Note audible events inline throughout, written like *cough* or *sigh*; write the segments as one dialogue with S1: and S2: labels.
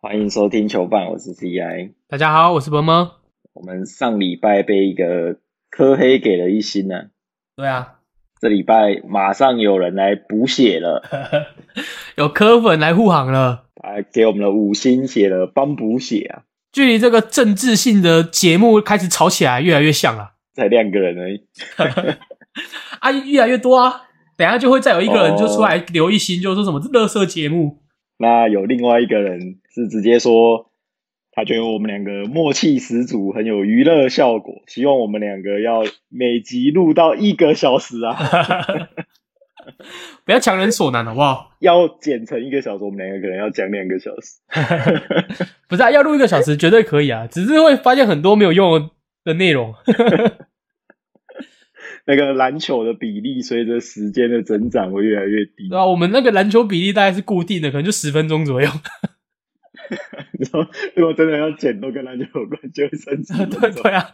S1: 欢迎收听球棒，我是 CI。
S2: 大家好，我是萌萌。
S1: 我们上礼拜被一个科黑给了一星呢、
S2: 对啊，
S1: 这礼拜马上有人来补血了，
S2: 有科粉来护航了。
S1: 他给我们的五星写了帮补血啊，
S2: 距离这个政治性的节目开始吵起来，越来越像了
S1: 才两个人而已。
S2: 啊，越来越多啊。等一下就会再有一个人就出来留一星，就说什么乐色节目。
S1: 那有另外一个人是直接说，他觉得我们两个默契十足，很有娱乐效果，希望我们两个要每集录到一个小时啊， *laughs*
S2: 不要强人所难，好不好？
S1: 要剪成一个小时，我们两个可能要讲两个小时。
S2: 不是、啊，要录一个小时绝对可以啊，只是会发现很多没有用的内容。
S1: 那个篮球的比例随着时间的增长会越来越低
S2: 对。啊，我们那个篮球比例大概是固定的，可能就十分钟左右。 *laughs*
S1: 你说如果真的要剪都跟篮球有关，就会生气。
S2: 对对啊，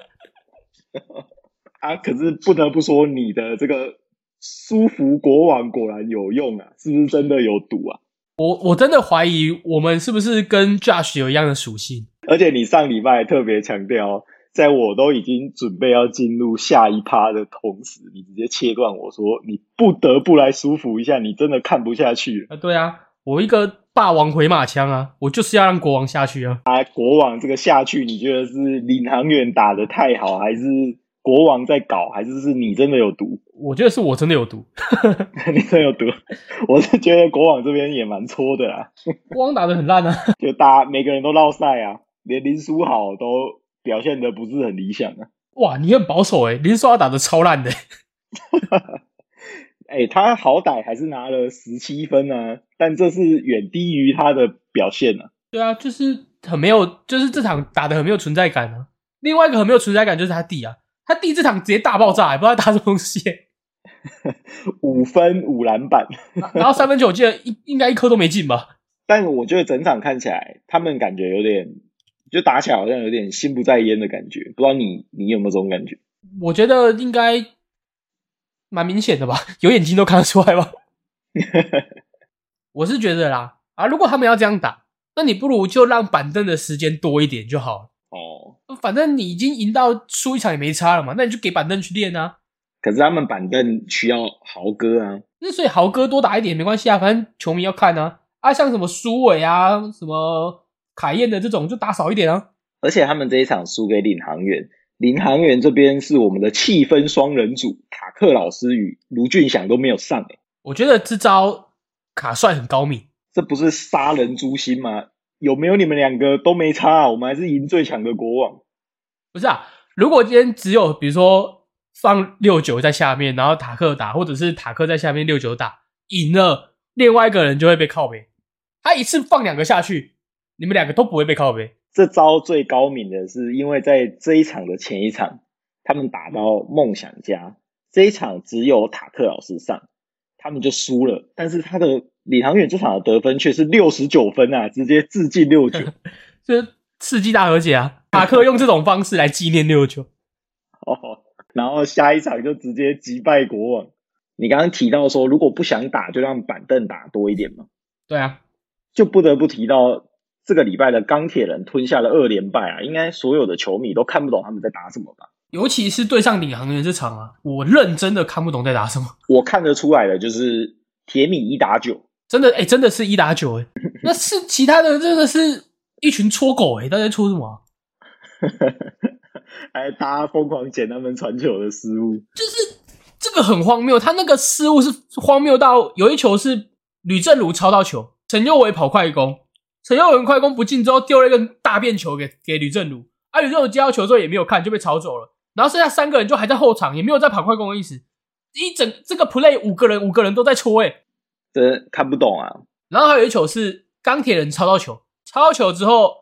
S1: 啊，可是不得不说，你的这个舒服国王果然有用啊，是不是真的有毒啊？
S2: 我我真的怀疑我们是不是跟 Josh 有一样的属性。
S1: 而且你上礼拜特别强调，哦在我都已经准备要进入下一趴的同时，你直接切断我说，你不得不来舒服一下，你真的看不下去了。
S2: 啊，对啊，我一个霸王回马枪啊，我就是要让国王下去啊。
S1: 啊，国王这个下去，你觉得是领航员打得太好，还是国王在搞，还是是你真的有毒？ *laughs*
S2: 我觉得是我真的有毒，
S1: 你真的有毒？ *laughs* 我是觉得国王这边也蛮搓的啦， *laughs*
S2: 国王打得很烂啊。
S1: 就大家每个人都落赛啊，连林书豪都表现的不是很理想啊。 *laughs*
S2: 哇，你很保守诶、林书豪打得超烂的、
S1: 哎、他好歹还是拿了十七分啊，但这是远低于他的表现啊。
S2: 对啊，就是很没有，就是这场打得很没有存在感啊。另外一个很没有存在感就是他弟啊，他弟这场直接大爆炸、欸也不知道他打什么东西、欸
S1: 五分五篮板，
S2: 然后三分球我记得应应该一颗都没进吧。
S1: 但我觉得整场看起来，他们感觉有点就打起来好像有点心不在焉的感觉，不知道你你有没有这种感觉？
S2: 我觉得应该蛮明显的吧，有眼睛都看得出来吧。我是觉得啦，啊，如果他们要这样打，那你不如就让板凳的时间多一点就好
S1: 哦，
S2: 了。反正你已经赢到输一场也没差了嘛，那你就给板凳去练啊。
S1: 可是他们板凳需要豪哥啊，
S2: 那所以豪哥多打一点也没关系啊，反正球迷要看啊。啊，像什么苏伟啊，什么凯燕的这种就打少一点啊。
S1: 而且他们这一场输给领航员，领航员这边是我们的气氛双人组，塔克老师与卢俊祥都没有上、欸，
S2: 我觉得这招卡帅很高明，
S1: 这不是杀人诛心吗？有没有你们两个都没差、啊，我们还是赢最强的国王。
S2: 不是啊，如果今天只有比如说放六九在下面，然后塔克打，或者是塔克在下面六九打，赢了，另外一个人就会被靠背。他一次放两个下去，你们两个都不会被靠背。
S1: 这招最高明的是，因为在这一场的前一场，他们打到梦想家，这一场只有塔克老师上，他们就输了。但是他的领航员这场的得分却是六十九分啊，直接自进六九。
S2: 就是世纪大和解啊！塔克用这种方式来纪念六九，
S1: 哦，然后下一场就直接击败国王。你刚刚提到说，如果不想打，就让板凳打多一点嘛，
S2: 对啊，
S1: 就不得不提到这个礼拜的钢铁人吞下了二连败啊，应该所有的球迷都看不懂他们在打什么吧？
S2: 尤其是对上领航员这场啊，我认真的看不懂在打什么，
S1: 我看得出来的就是铁米一打九，
S2: 真的哎、真的是一打九哎、那是其他的真的是一群戳狗哎、大家在戳什么啊、
S1: *laughs* 还大家疯狂捡他们传球的失误。
S2: 这个很荒谬，他那个失误是荒谬到有一球是吕正如抄到球，陈佑伟跑快攻，陈佑伟快攻不进之后丢了一个大便球给给吕正如，啊吕正如接到球之后也没有看就被抄走了，然后剩下三个人就还在后场，也没有在跑快攻的意思，一整这个 play 五个人五个人都在戳诶、欸
S1: 这看不懂啊！
S2: 然后还有一球是钢铁人抄到球，抄到球之后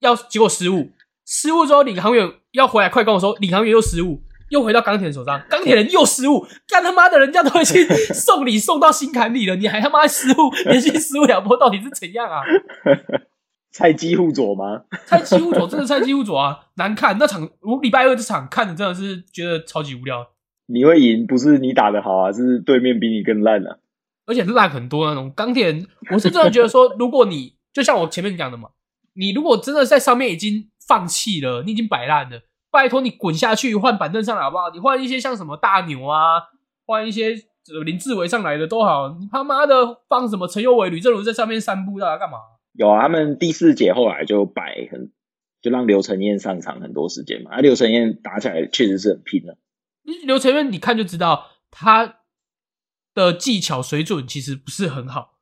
S2: 要结果失误，失误之后领航员要回来快攻的时候，领航员又失误，又回到钢铁人手上，钢铁人又失误，干他妈的人家都已经送礼送到心坎里了，你还他妈失误， *laughs* 连续失误两波，到底是怎样啊？
S1: 菜鸡互啄吗？
S2: 菜鸡互啄，真的菜鸡互啄啊，难看！那场我礼拜二这场看的真的是觉得超级无聊，
S1: 你会赢不是你打得好啊，是对面比你更烂啊。
S2: 而且烂很多那种钢铁人，我是真的觉得说，如果你就像我前面讲的嘛，你如果真的在上面已经放弃了，你已经摆烂了，拜托你滚下去换板凳上来好不好？你换一些像什么大牛啊，换一些呃林志伟上来的都好，你他妈的放什么陈宥维、吕正如在上面散步，大家干嘛？
S1: 有啊，他们第四节后来就摆很，就让刘承彦上场很多时间嘛。啊，刘承彦打起来确实是很拼的、
S2: 刘承渊，你看就知道他的技巧水准其实不是很好，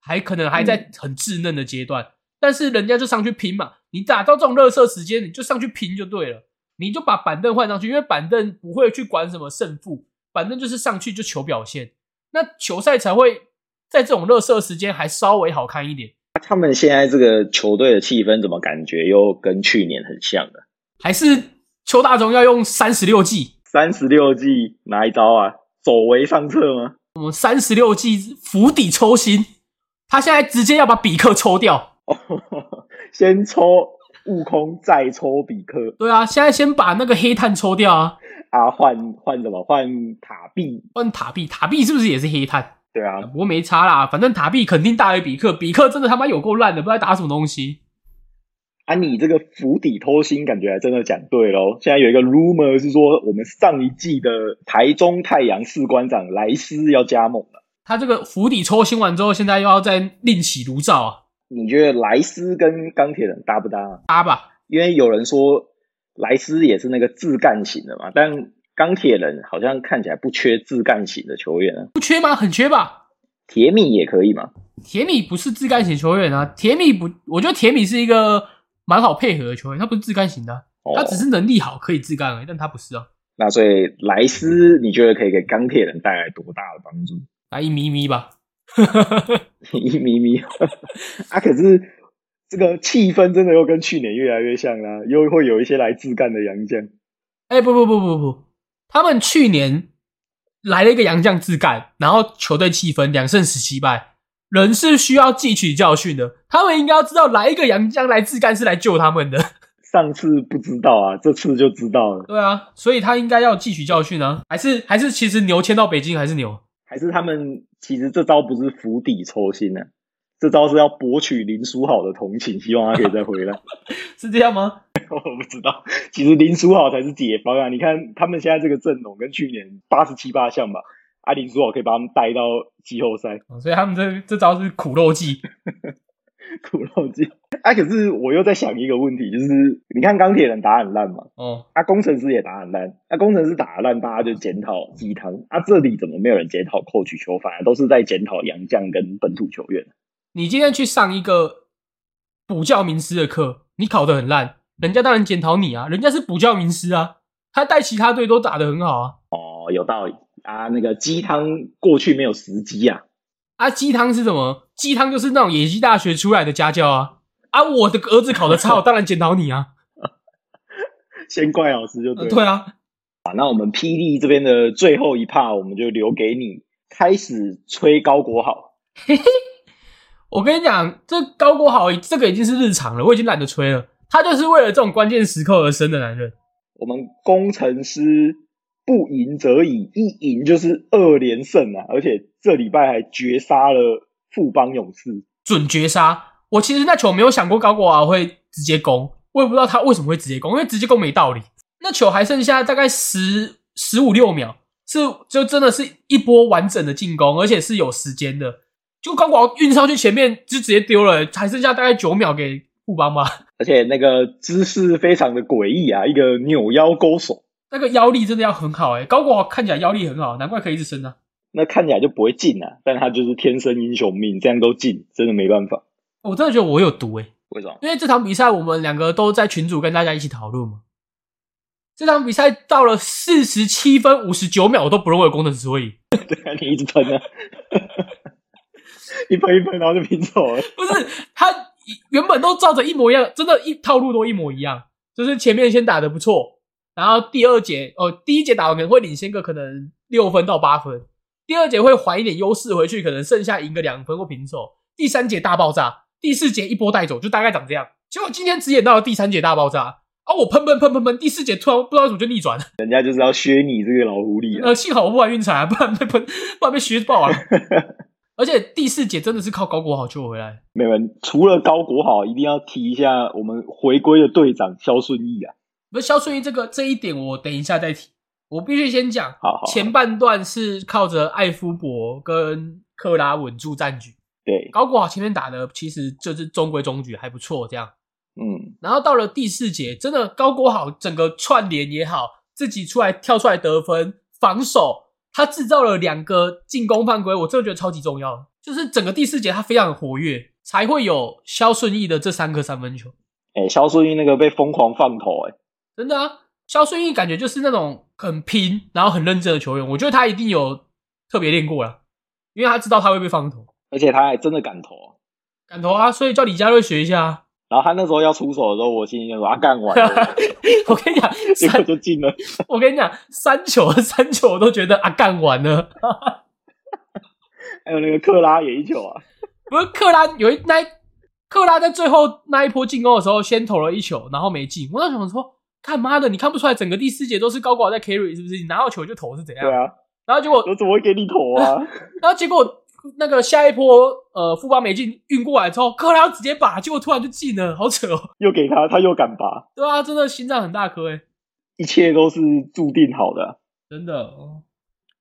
S2: 还可能还在很稚嫩的阶段。但是人家就上去拼嘛，你打到这种热射时间，你就上去拼就对了，你就把板凳换上去，因为板凳不会去管什么胜负，板凳就是上去就求表现，那球赛才会在这种热射时间还稍微好看一点。
S1: 啊他们现在这个球队的气氛怎么感觉又跟去年很像了？
S2: 还是邱大中要用三十六计，
S1: 三十六计哪一招啊？走为上策吗？
S2: 我们三十六计釜底抽薪，他现在直接要把比克抽掉。
S1: *laughs* 先抽悟空，再抽比克
S2: 对啊，现在先把那个黑炭抽掉啊，
S1: 啊，换换什么？换塔币？
S2: 换塔币，塔币是不是也是黑炭？
S1: 对啊，
S2: 不过没差啦，反正塔币肯定大于比克，比克真的他妈有够烂的，不知道在打什么东西。
S1: 啊，你这个釜底抽薪，感觉还真的讲对喽。现在有一个 rumor 是说，我们上一季的台中太阳士官长莱斯要加盟了。
S2: 他这个釜底抽薪完之后，现在又要再另起炉灶啊，
S1: 你觉得莱斯跟钢铁人搭不搭啊？
S2: 搭吧？
S1: 因为有人说莱斯也是那个自干型的嘛，但钢铁人好像看起来不缺自干型的球员啊。
S2: 不缺吗？很缺吧？
S1: 铁米也可以嘛？
S2: 铁米不是自干型球员啊，铁米不，我觉得铁米是一个蛮好配合的球员，他不是自干型的啊、
S1: 哦
S2: 他只是能力好可以自干而已，但他不是啊，
S1: 那所以莱斯，你觉得可以给钢铁人带来多大的帮助？ *laughs*
S2: 来一咪咪吧。
S1: 一米米啊，可是这个气氛真的又跟去年越来越像啦、又会有一些来自干的洋将。
S2: 哎、不不不不不，他们去年来了一个洋将自干，然后球队气氛两胜十七败，人是需要汲取教训的。他们应该要知道，来一个洋将来自干是来救他们的。 *laughs*
S1: 上次不知道啊，这次就知道了。
S2: 对啊，所以他应该要汲取教训啊。还是还是，其实牛迁到北京还是牛。
S1: 还是他们其实这招不是釜底抽薪呢、啊，这招是要博取林书豪的同情，希望他可以再回来。 *laughs*
S2: 是这样吗？
S1: 我不知道，其实林书豪才是解方啊！你看他们现在这个阵容跟去年八十七八像吧，啊，林书豪可以把他们带到季后赛。
S2: 哦所以他们这这招是苦肉计。
S1: *laughs* 苦肉计。啊，可是我又在想一个问题，就是你看钢铁人打很烂嘛，
S2: 哦，
S1: 啊，工程师也打很烂，啊，工程师打得烂，大家就检讨鸡汤，啊，这里怎么没有人检讨扣取球，反而都是在检讨洋将跟本土球员。
S2: 你今天去上一个补教名师的课，你考得很烂，人家当然检讨你啊，人家是补教名师啊，他带其他队都打得很好啊。
S1: 哦，有道理啊，那个鸡汤过去没有时机啊，
S2: 啊，鸡汤是什么？鸡汤就是那种野鸡大学出来的家教啊。啊，我的儿子考得差，我当然检讨你啊。
S1: 先怪老师就对
S2: 呃
S1: 了。
S2: 对啊，
S1: 啊，那我们霹雳这边的最后一趴，我们就留给你开始吹高国豪。
S2: 我跟你讲，这高国豪这个已经是日常了，我已经懒得吹了。他就是为了这种关键时刻而生的男人。
S1: 我们工程师不赢则已，一赢就是二连胜啊！而且这礼拜还绝杀了富邦勇士。
S2: 准绝杀！我其实那球没有想过高国华会直接攻，我也不知道他为什么会直接攻，因为直接攻没道理。那球还剩下大概十十五六秒，是就真的是一波完整的进攻，而且是有时间的。就高国华运上去前面就直接丢了，还剩下大概九秒给布邦吧。 *laughs*
S1: 而且那个姿势非常的诡异啊，一个扭腰勾手，
S2: 那个腰力真的要很好诶、欸高国华看起来腰力很好，难怪可以一直升啊。
S1: 那看起来就不会进啊，但他就是天生英雄命，这样都进，真的没办法。
S2: 哦我真的觉得我有毒欸诶、
S1: 为 *laughs* 什么？
S2: 因为这场比赛我们两个都在群组跟大家一起讨论嘛。这场比赛到了四十七分五十九秒，我都不认为工程师会赢。
S1: 对啊，你一直喷啊， *laughs* 一喷一喷，然后就平手了。
S2: 不是他原本都照着一模一样，真的，一套路都一模一样，就是前面先打的不错，然后第二节哦，第一节打完可能会领先个可能六分到八分，第二节会还一点优势回去，可能剩下赢个两分或平手，第三节大爆炸，第四节一波带走，就大概长这样。结果今天只演到了第三节大爆炸。啊！我喷喷喷喷喷，第四节突然不知道为什么就逆转了。
S1: 人家就是要削你这个老狐狸啊！
S2: 呃呃，幸好我不玩运彩、啊，不然被喷，不然被削爆了。而而且第四节真的是靠高国豪救回来。
S1: 没有，除了高国豪，一定要提一下我们回归的队长肖顺义啊。
S2: 不是肖顺义这个这一点，我等一下再提。我必须先讲，
S1: 好啊好，
S2: 前半段是靠着艾夫伯跟克拉稳住战局，
S1: 对，
S2: 高国豪前面打的其实就是中规中矩，还不错这样。
S1: 嗯，
S2: 然后到了第四节，真的高国豪整个串联也好，自己出来跳出来得分、防守，他制造了两个进攻犯规，我真的觉得超级重要。就是整个第四节他非常活跃，才会有肖顺义的这三颗三分球。
S1: 哎、肖顺义那个被疯狂放投、哎，
S2: 真的啊，肖顺义感觉就是那种很拼，然后很认真的球员。我觉得他一定有特别练过啦，因为他知道他会被放投、
S1: 而且他还真的敢投啊、
S2: 敢投啊，所以叫李佳瑞学一下、啊。 *laughs*
S1: 然后他那时候要出手的时候，我心里就说：“啊，干完了，
S2: 我跟你讲，
S1: 结果
S2: 三
S1: 就进了。
S2: 我跟你讲，三球三球我都觉得啊干完了。
S1: 还有那个克拉也一球啊，
S2: 不是克拉有一那一克拉在最后那一波进攻的时候，先投了一球，然后没进。我在想说，看妈的，你看不出来整个第四节都是高国豪在 carry 是不是？你拿到球就投是怎样？
S1: 对啊，
S2: 然后结果，
S1: 我怎么会给你投啊？ *laughs*
S2: 然后结果那个下一波呃富邦没进运过来之后，克拉直接把，结果突然就进了，好扯哦。 *laughs*
S1: 又给他，他又敢拔，
S2: 对啊，真的心脏很大颗诶、
S1: 一切都是注定好的。
S2: 真的。哦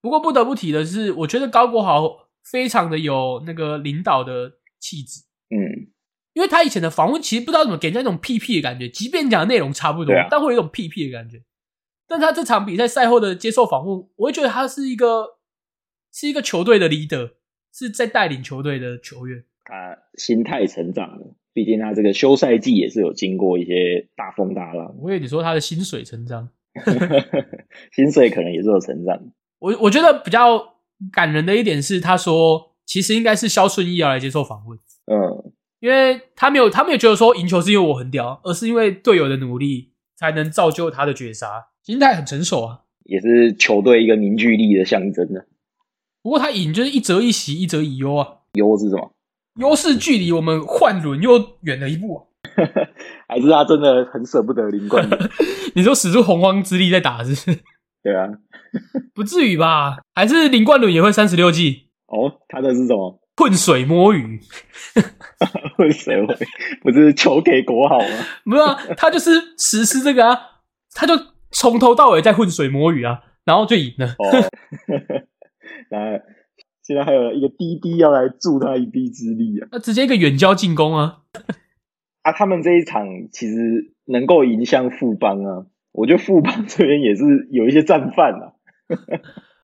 S2: 不过不得不提的是，我觉得高国豪非常的有那个领导的气质。
S1: 嗯，
S2: 因为他以前的访问其实不知道怎么给人家一种屁屁的感觉，即便讲的内容差不多，
S1: 对啊
S2: 但会有一种屁屁的感觉。但他这场比赛赛后的接受访问，我会觉得他是一个是一个球队的 leader，是在带领球队的球员。
S1: 他心态成长了，毕竟他这个休赛季也是有经过一些大风大浪，
S2: 我以为你说他的薪水成长，
S1: 薪水可能也是有成长。
S2: 我我觉得比较感人的一点是，他说其实应该是肖顺义要来接受访问，
S1: 嗯，
S2: 因为他没有他没有觉得说赢球是因为我很屌，而是因为队友的努力才能造就他的绝杀，心态很成熟啊。
S1: 也是球队一个凝聚力的象征啊呢。
S2: 不过他赢就是一折一喜，一折一忧啊，
S1: 优是什么？
S2: 优势距离我们换轮又远了一步、啊。 *laughs*
S1: 还是他真的很舍不得林冠宇？
S2: 你说使出洪荒之力在打是不是？ *laughs*
S1: 对啊，
S2: 不至于吧？还是林冠伦也会三十六计，
S1: 哦，他的是什么？ *laughs*
S2: 浑水摸鱼？
S1: 为谁会？不是球给国好吗？
S2: 没有啊，他就是实施这个啊，他就从头到尾在浑水摸鱼啊，然后就赢了。
S1: 哦， *laughs* 然后现在还有一个滴滴要来助他一臂之力啊！
S2: 那直接一个远交进攻啊，
S1: 啊，他们这一场其实能够迎向富邦啊，我觉得富邦这边也是有一些战犯啊。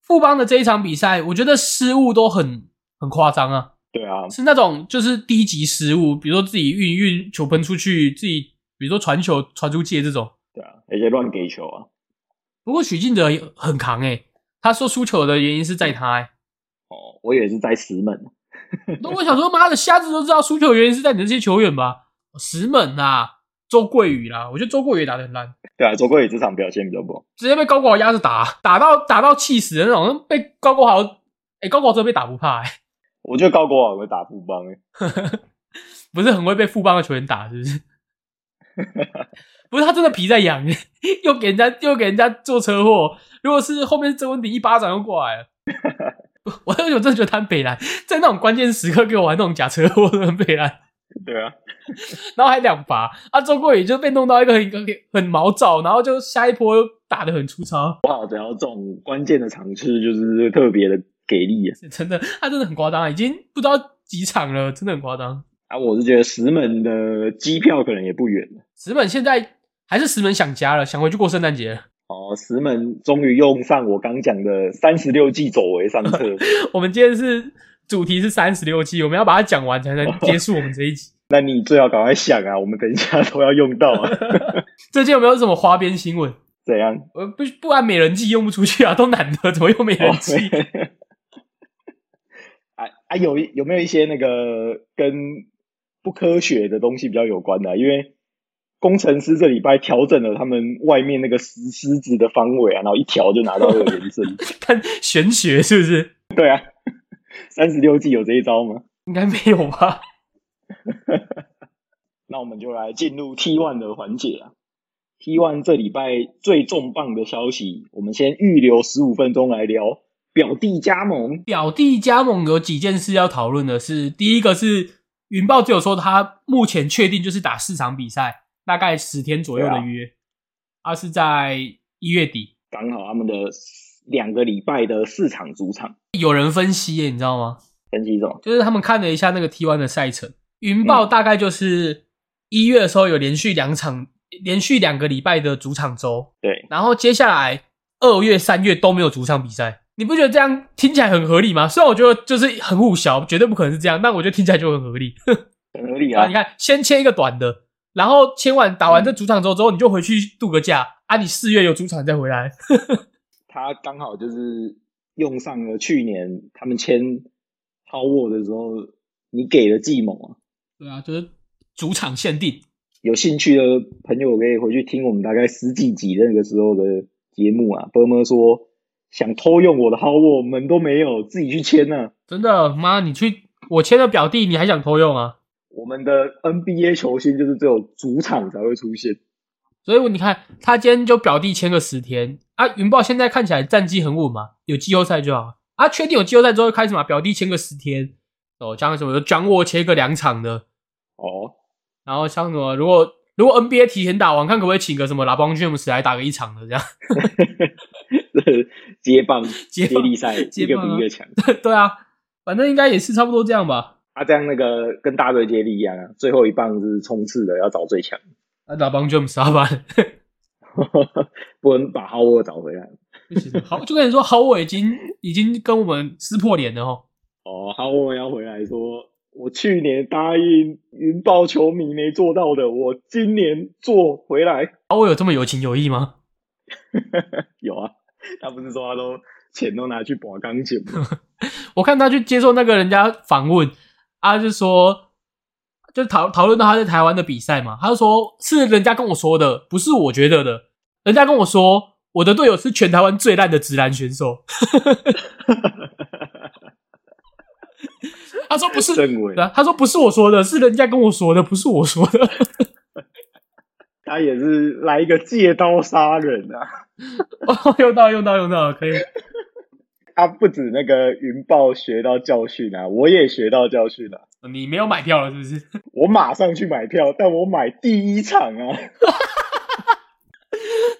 S2: 富邦的这一场比赛，我觉得失误都很很夸张啊。
S1: 对啊，
S2: 是那种就是低级失误，比如说自己运运球喷出去，自己比如说传球传出界这种。
S1: 对啊，而且乱给球啊。
S2: 不过许晋哲也很扛诶、他说输球的原因是在他诶、
S1: 哦，我也是在石门。
S2: 那我想说，妈的，瞎子都知道输球的原因是在你这些球员吧？石门啦，周桂宇啦，我觉得周桂宇也打得很烂，
S1: 对啊，周桂宇这场表现比较不好。
S2: 直接被高国豪压着打，打到打到气死的那种，被高国豪，诶、高国豪真的被打不怕诶、欸
S1: 我觉得高国好会打富邦、欸，
S2: 不是很会被富邦的球员打，是不是？不是他真的皮在痒， *laughs* 又给人家又给人家做车祸。如果是后面是曾文鼎一巴掌又过来了，我我我真的觉得他很北蓝，在那种关键时刻给我玩那种假车祸，真的很北蓝。
S1: 对啊，
S2: 然后还两罚啊，周国宇就被弄到一个很很很毛躁，然后就下一波又打得很粗糙，
S1: 不好，只要这种关键的场次就是特别的给力啊。
S2: 真的他真的很夸张，已经不知道几场了，真的很夸张。
S1: 啊，我是觉得石门的机票可能也不远了。
S2: 石门现在还是石门想家了，想回去过圣诞节了。
S1: 哦，石门终于用上我刚讲的三十六计走为上策。
S2: 我们今天是主题是三十六计，我们要把它讲完才能结束我们这一集。
S1: 那你最好赶快想啊，我们等一下都要用到啊。
S2: 最近有没有什么花边新闻？
S1: 怎样？
S2: 呃，不不然美人计用不出去啊，都难得，怎么用美人计？
S1: 哦 *laughs* 啊啊，有有没有一些那个跟不科学的东西比较有关的啊、因为工程师这礼拜调整了他们外面那个石狮子的方位啊，然后一调就拿到二连胜。
S2: *laughs* 看玄学是不是？
S1: 对啊，三十六计有这一招吗？
S2: 应该没有吧？
S1: 那我们就来进入 T one 的环节啊。T one 这礼拜最重磅的消息，我们先预留十五分钟来聊表弟加盟，
S2: 表弟加盟有几件事要讨论的是，第一个是云豹只有说他目前确定就是打四场比赛，大概十天左右的约，他、是在一月底。
S1: 刚好他们的两个礼拜的市场主场
S2: 有人分析耶，你知道吗？
S1: 分析什么？
S2: 就是他们看了一下那个 T1 的赛程，云豹
S1: 嗯
S2: 大概就是一月的时候有连续两场，连续两个礼拜的主场周，
S1: 对，
S2: 然后接下来二月、三月都没有主场比赛，你不觉得这样听起来很合理吗？虽然我觉得就是很武小，绝对不可能是这样，但我觉得听起来就很合
S1: *laughs*
S2: 理。
S1: 很合理
S2: 啊，
S1: 啊
S2: 你。看，先签一个短的，然后签完打完这主场周之后，你就回去度个假啊，你四月有主场再回来。
S1: 他刚好就是用上了去年他们签超沃的时候你给的计谋啊。
S2: 对啊，就是主场限定。
S1: 有兴趣的朋友可以回去听我们大概十几集那个时候的节目啊。波波说想偷用我的豪沃，门都没有，自己去签呢、啊。
S2: 真的妈，你去我签了表弟，你还想偷用啊？
S1: 我们的 NBA 球星就是只有主场才会出现，
S2: 所以你看，他今天就表弟签个十天啊。云豹现在看起来战绩很稳嘛，有季后赛就好啊。确定有季后赛之后就开始嘛，表弟签个十天哦，像什么讲我签个两场的，
S1: 哦， *laughs*
S2: 然后像什么如果如果 NBA 提前打完，看可不可以请个什么拉邦 James 来打个一场的这样。 *laughs*
S1: 接棒
S2: 接
S1: 接
S2: 棒
S1: 力赛，一
S2: 接
S1: 个
S2: 棒啊
S1: 比一个强。
S2: 对啊，反正应该也是差不多这样吧。
S1: 他、这样那个跟大队接力一样啊，最后一棒是冲刺的，要找最强， *laughs*
S2: 啊，打帮 James 打板，
S1: 不能把豪沃找回来。
S2: *laughs* 不行好，就跟你说，好，我已经已经跟我们撕破脸了哦。
S1: 哦，豪沃要回来说，我去年答应云豹球迷没做到的，我今年做回来。
S2: 好，我有这么有情有义吗？
S1: 有啊，他不是说他都钱都拿去保钢琴吗？
S2: *laughs* 我看他去接受那个人家访问，啊，就说就讨讨论到他在台湾的比赛嘛，他就说是人家跟我说的，不是我觉得的。人家跟我说我的队友是全台湾最烂的直男选手。 *laughs* 他说不是，
S1: 政委
S2: 对啊他说不是我说的，是人家跟我说的，不是我说的。 *laughs*
S1: 他也是来一个借刀杀人啊。
S2: 哦，用到用到用到，可以。
S1: 啊，不止那个云豹学到教训啊，我也学到教训了、
S2: 你没有买票了是不是？ *laughs*
S1: 我马上去买票，但我买第一场啊。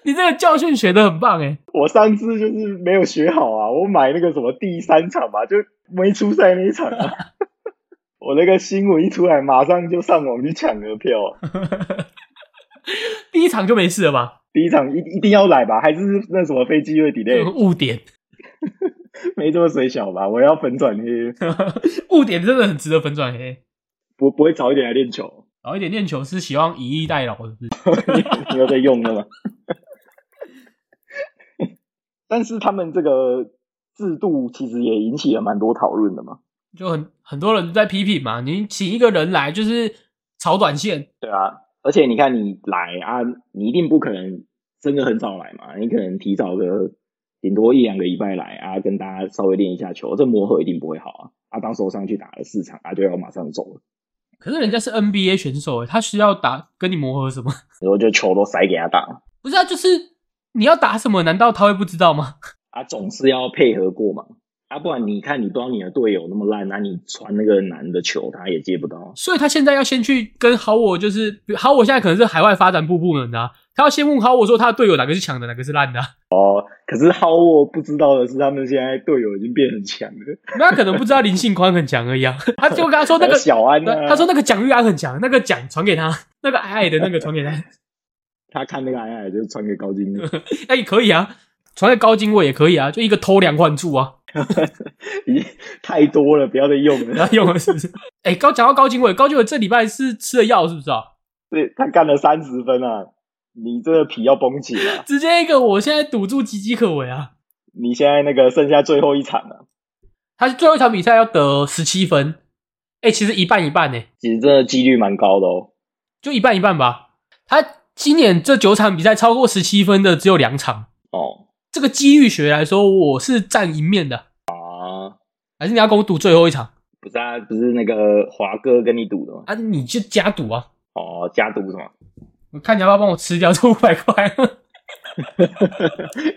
S2: 你这个教训学的很棒欸诶。
S1: 我上次就是没有学好啊，我买那个什么第三场吧，就没出赛那一场啊。 *laughs* 我那个新闻一出来，马上就上网去抢个票啊。
S2: 第一场就没事了吧？
S1: 第一场一一定要来吧，还是那什么飞机会 delay，
S2: 误点，
S1: 没这么水小吧？我要粉转黑，
S2: 误点真的很值得欸粉转黑。
S1: 不不会早一点来练球？ *laughs*
S2: 早一点练球是希望以逸待劳，是不是？
S1: 你有在用的吗？ *laughs* 但是他们这个制度其实也引起了蛮多讨论的嘛。
S2: 就很很多人在批评嘛，你请一个人来就是炒短线，
S1: 对啊，而且你看你来啊，你一定不可能真的很早来嘛，你可能提早个顶多一两个礼拜来啊，跟大家稍微练一下球，这磨合一定不会好啊。啊，到时候上去打了四场，啊就要马上走了，
S2: 可是人家是 NBA 选手，他需要打跟你磨合什么？
S1: 然后就球都塞给他打
S2: 不是啊，就是你要打什么，难道他会不知道吗？
S1: 啊，总是要配合过嘛。啊，不然你看你不知道你的队友那么烂，那、你传那个难的球他也接不到。
S2: 所以他现在要先去跟好我，就是好我现在可能是海外发展部部门的、啊，他要先问好我说他的队友哪个是强的，哪个是烂的啊、
S1: 可是浩沃不知道的是，他们现在队友已经变很强了。
S2: 那他可能不知道林信宽很强而已啊，他就跟他说那
S1: 还有 *laughs*
S2: 个，
S1: 小安啊呢、
S2: 他说那个蒋玉安很强，那个蒋传给他，那个矮矮的那个传给他，
S1: 他看那个矮矮就传给高金，
S2: 那也可以啊，传给高金卫也可以啊，就一个偷梁换柱啊，
S1: 已经 *laughs* 太多了，不要再用
S2: 然
S1: 了。 *laughs*
S2: 后用了是不是？ *laughs* 哎、高讲到高金卫，高金卫这礼拜是吃了药是不是啊？
S1: 对他干了三十分啊，你这个皮要绷紧了、
S2: 直接一个我现在赌注岌岌可危啊！
S1: 你现在那个剩下最后一场了、
S2: 他最后一场比赛要得十七分，哎、其实一半一半呢、
S1: 其实真的几率蛮高的哦。
S2: 就一半一半吧。他今年这九场比赛超过十七分的只有两场，
S1: 哦
S2: 这个机遇学来说，我是占一面的。
S1: 啊，
S2: 还是你要跟我赌最后一场
S1: 不是啊，不是那个华哥跟你赌的吗？
S2: 啊？你就加赌啊！
S1: 哦，加赌什么？ *laughs*
S2: 我看你要不要帮我吃掉这五百块？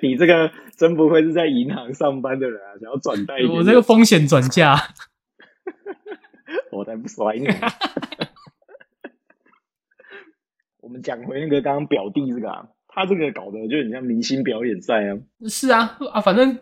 S1: 你这个真不愧是在银行上班的人啊，想要转贷一点点。
S2: *laughs* 我这个风险转嫁，
S1: 我才不甩你！啊 *laughs* 我们讲回那个刚刚表弟这个啊，他这个搞的就很像明星表演赛啊，
S2: 是啊啊，反正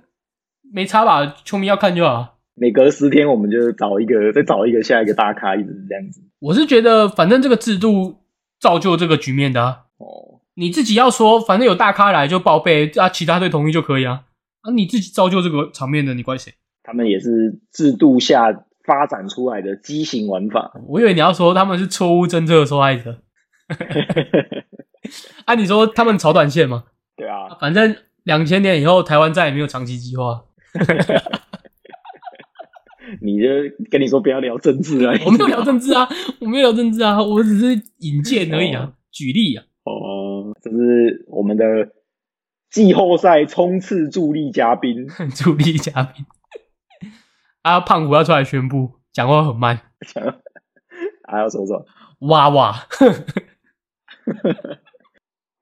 S2: 没差吧，球迷要看就好。
S1: 每隔十天我们就找一个，再找一个下一个大咖，一直这样子。
S2: 我是觉得，反正这个制度造就这个局面的、啊，
S1: 哦，
S2: 你自己要说，反正有大咖来就报备，啊，其他队同意就可以啊。啊，你自己造就这个场面的，你怪谁？
S1: 他们也是制度下发展出来的畸形玩法。
S2: 我以为你要说他们是错误政策的受害者。 *laughs* 啊，你说他们炒短线吗？
S1: 对啊，
S2: 反正两千年以后，台湾再也没有长期计划。
S1: 你就跟你说不要聊政治啊，
S2: 我没有聊政治啊，我没有聊政治啊，我只是引荐而已啊，举例啊。
S1: 哦，这是我们的季后赛冲刺助力嘉宾，
S2: *laughs* 主力嘉宾。啊，胖虎要出来宣布，讲话很慢，
S1: 还要说说
S2: 哇哇， *laughs*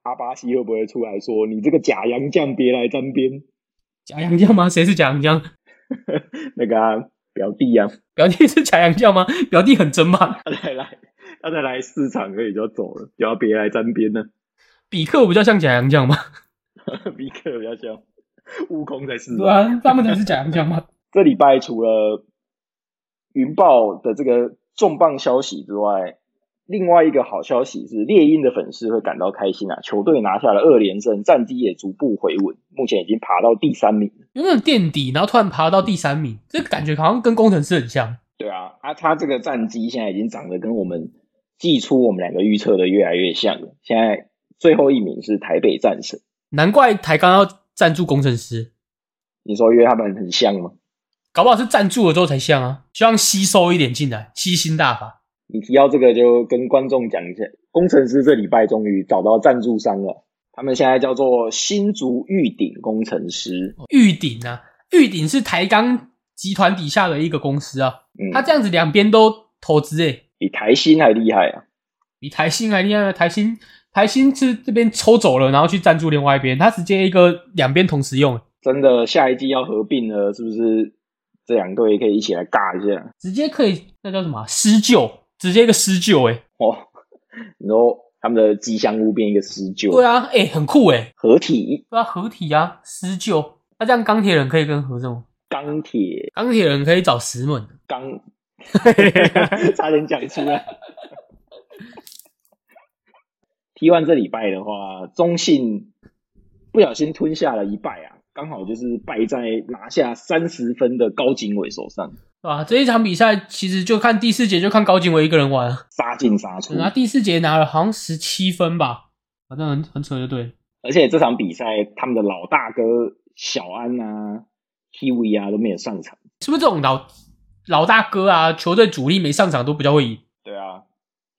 S1: 阿巴西会不会出来说你这个假洋将别来沾边？ *laughs*
S2: 假洋将吗？谁是假洋将？
S1: 那个啊、表弟啊， *laughs*
S2: 表弟是假洋将吗？表弟很真吧？
S1: 他才来，他才来四场而已就要走了，就要别来沾边了。 *laughs*
S2: 比克比较像假洋将吗？
S1: 比克比较像，悟空才是。
S2: 对啊，他们才是假洋将吗？
S1: 这礼拜除了云豹的这个重磅消息之外，另外一个好消息是猎鹰的粉丝会感到开心啊，球队拿下了二连胜，战绩也逐步回稳，目前已经爬到第三名。
S2: *laughs* 有那种垫底，然后突然爬到第三名，这感觉好像跟工程师很像。
S1: 对啊，啊，他这个战绩现在已经长得跟我们季初我们两个预测的越来越像了。现在最后一名是台北战神，
S2: 难怪台钢要赞助工程师，
S1: 你说约他们很像吗？
S2: 搞不好是赞助了之后才像啊，希望吸收一点进来，吸星大法。
S1: 你提到这个，就跟观众讲一下，工程师这礼拜终于找到赞助商了，他们现在叫做新竹玉鼎工程师。
S2: 玉鼎啊，玉鼎是台钢集团底下的一个公司啊，
S1: 嗯，
S2: 他这样子两边都投资诶、
S1: 比台新还厉害啊！
S2: 比台新还厉害啊。台新台新是这边抽走了，然后去赞助另外一边，他直接一个两边同时用、欸，
S1: 真的，下一季要合并了，是不是？这两队可以一起来尬一下
S2: 直接可以那叫什么啊施救，直接一个施救欸诶、
S1: 哦。 *laughs* 你说他们的吉祥物变一个施救，
S2: 对啊，诶、很酷诶、
S1: 合体
S2: 对啊，合体啊，施救。那、这样钢铁人可以跟合众，
S1: 钢铁
S2: 钢铁人可以找石门，
S1: 钢，差点讲出来。T1 这礼拜的话，中信不小心吞下了一败啊，刚好就是败在拿下三十分的高景伟手上，
S2: 对吧、这一场比赛其实就看第四节，就看高景伟一个人玩啊。
S1: 杀进杀出
S2: 嗯。啊，第四节拿了好像十七分吧，反正很很扯就对了。
S1: 而且这场比赛，他们的老大哥小安啊、Kiwi 啊都没有上场。
S2: 是不是这种老老大哥啊，球队主力没上场都比较会赢？
S1: 对啊，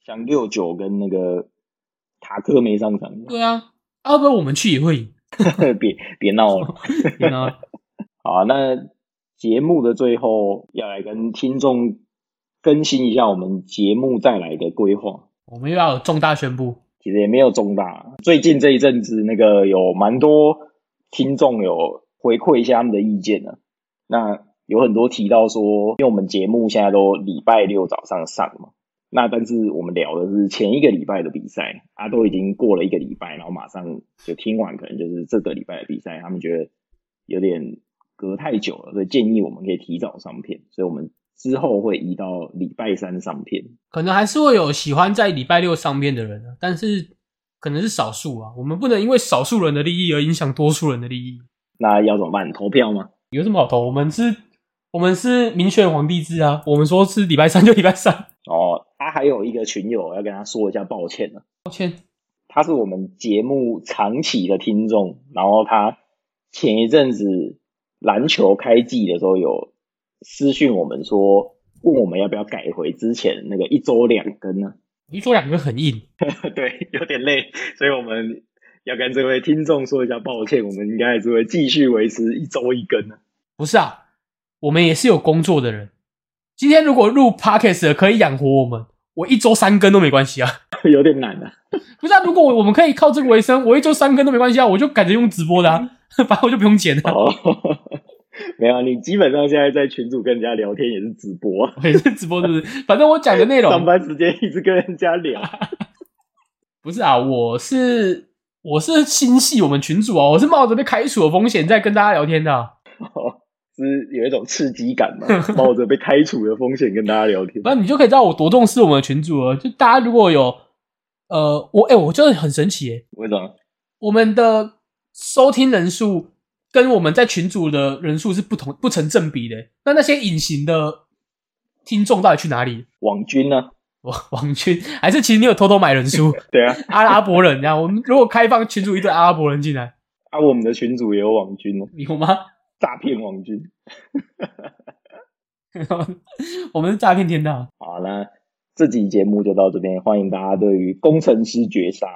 S1: 像六九跟那个塔克没上场，
S2: 对啊，要、不然我们去也会赢。
S1: 别别闹了。
S2: 你知道吗
S1: 好啊，那节目的最后要来跟听众更新一下我们节目带来的规划。
S2: *laughs* 我们又要有重大宣布，
S1: 其实也没有重大，最近这一阵子那个有蛮多听众有回馈一下他们的意见呢、啊那有很多提到说，因为我们节目现在都礼拜六早上上嘛，那但是我们聊的是前一个礼拜的比赛啊，都已经过了一个礼拜，然后马上就听完，可能就是这个礼拜的比赛，他们觉得有点隔太久了，所以建议我们可以提早上片，所以我们之后会移到礼拜三上片。
S2: 可能还是会有喜欢在礼拜六上面的人啊，但是可能是少数啊。我们不能因为少数人的利益而影响多数人的利益。
S1: 那要怎么办？投票吗？
S2: 有什么好投？我们是，我们是民选皇帝制啊。我们说是礼拜三就礼拜三。
S1: 哦，他还有一个群友要跟他说一下抱歉呢、
S2: 抱歉，
S1: 他是我们节目长期的听众，然后他前一阵子篮球开季的时候有私讯我们说，问我们要不要改回之前那个一周两更呢？
S2: 一说两个很硬，
S1: *laughs* 对，有点累，所以我们要跟这位听众说一下抱歉，我们应该还是会继续维持一周一更呢。 *laughs*
S2: 不是啊，我们也是有工作的人。今天如果录 podcast 的可以养活我们，我一周三更都没关系啊。 *laughs*
S1: 有点难啊。
S2: 不是啊，如果我我们可以靠这个为生，我一周三更都没关系啊，我就改成用直播的啊， *laughs* 反正我就不用剪了。
S1: 哦， *laughs* 没有啊，你基本上现在在群组跟人家聊天也是直播啊，
S2: *laughs* 我也是直播，是不是？反正我讲的内
S1: 上 *laughs*
S2: 容
S1: 班时间一直跟人家聊。
S2: 不是啊，我是我是心系我们群主啊，我是冒着被开除的风险在跟大家聊天的啊、
S1: 是有一种刺激感嘛， *laughs* 冒着被开除的风险跟大家聊天。
S2: 那你就可以知道我多重视我们的群主了。就大家如果有呃，我哎、我真的很神奇耶、
S1: 为什么？
S2: 我们的收听人数跟我们在群组的人数是不同不成正比的。那那些隐形的听众到底去哪里？ *laughs*
S1: 网军呢？
S2: 王王军还是其实你有偷偷买人数？
S1: 对啊，
S2: 阿拉伯人这样，我们如果开放群主一堆阿拉伯人进来，
S1: 啊，我们的群主也有网军呢，啊
S2: 有吗？
S1: 诈骗网军。
S2: 我们是诈骗天堂。
S1: 好，那这集节目就到这边，欢迎大家对于工程师绝杀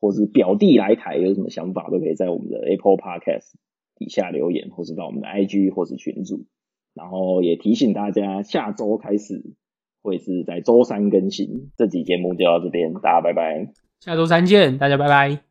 S1: 或是表弟来台有什么想法，都可以在我们的 Apple Podcast 底下留言，或是到我们的 IG 或是群组。然后也提醒大家，下周开始会是在周三更新。这集节目就到这边，大家拜拜。
S2: 下周三见，大家拜拜。